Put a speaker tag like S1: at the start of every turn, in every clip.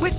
S1: With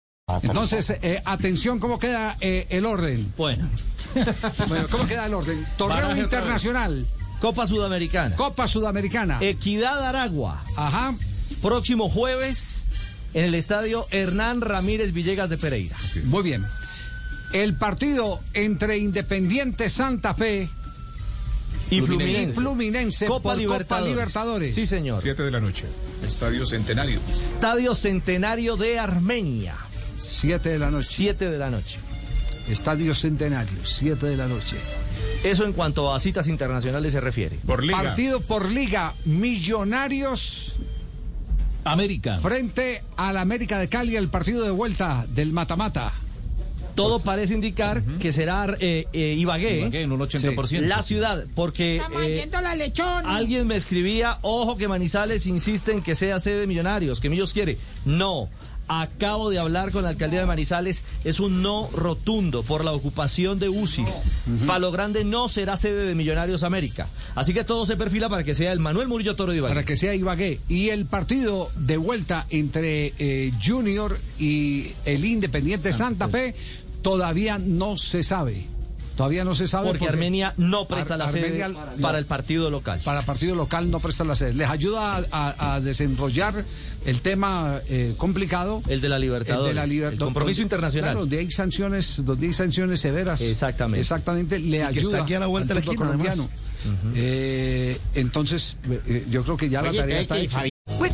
S2: Entonces, eh, atención, ¿cómo queda eh, el orden?
S3: Bueno,
S2: Bueno, ¿cómo queda el orden? Torneo
S3: Baraje otra
S2: internacional,
S3: Copa Sudamericana.
S2: Copa Sudamericana.
S3: Eh. Equidad Aragua.
S2: Ajá.
S3: Próximo jueves en el estadio Hernán Ramírez Villegas de Pereira.
S2: Muy bien. El partido entre Independiente Santa Fe
S3: Y
S2: y
S3: Fluminense.
S2: Fluminense
S3: Copa
S2: por Copa
S3: Libertadores.
S2: Libertadores.
S3: Sí, señor.
S4: 7 de la noche. Estadio Centenario.
S3: Estadio Centenario de Armenia.
S2: Siete de la noche.
S3: 7 de la noche.
S2: Estadio Centenario, siete de la noche.
S3: Eso en cuanto a citas internacionales se refiere.
S4: Por Liga.
S2: Partido por Liga Millonarios
S5: América.
S2: frente al América de Cali, el partido de vuelta del Matamata.
S3: Todo parece indicar que será eh, eh, Ibagué,
S5: Ibagué en un 80%.
S3: la ciudad, porque eh, alguien me escribía, ojo que Manizales insiste en que sea sede de Millonarios, que Millos quiere. No, acabo de hablar con la alcaldía de Manizales, es un no rotundo por la ocupación de UCIS. Palo Grande no será sede de Millonarios América. Así que todo se perfila para que sea el Manuel Murillo Toro de Ibagué.
S2: para que sea Ibagué. Y el partido de vuelta entre eh, Junior y el Independiente Santa, Fe. todavía no se sabe. Todavía no se sabe.
S3: Porque Armenia no presta
S2: Ar-
S3: la sede
S2: Armenia-
S3: para el partido local.
S2: para partido local no presta la sede. Les ayuda a, a- a desenrollar el tema eh, complicado.
S3: El de la Libertadores.
S2: El de la liber-
S3: el compromiso
S2: donde-
S3: internacional.
S2: Claro, donde hay sanciones, donde hay sanciones severas.
S3: Exactamente.
S2: Exactamente, le
S6: que
S2: ayuda.
S6: está aquí a la vuelta
S2: al
S6: de la
S2: fútbol
S6: esquina,
S2: colombiano. Eh, entonces, eh, yo creo que ya la tarea está hecha.
S1: With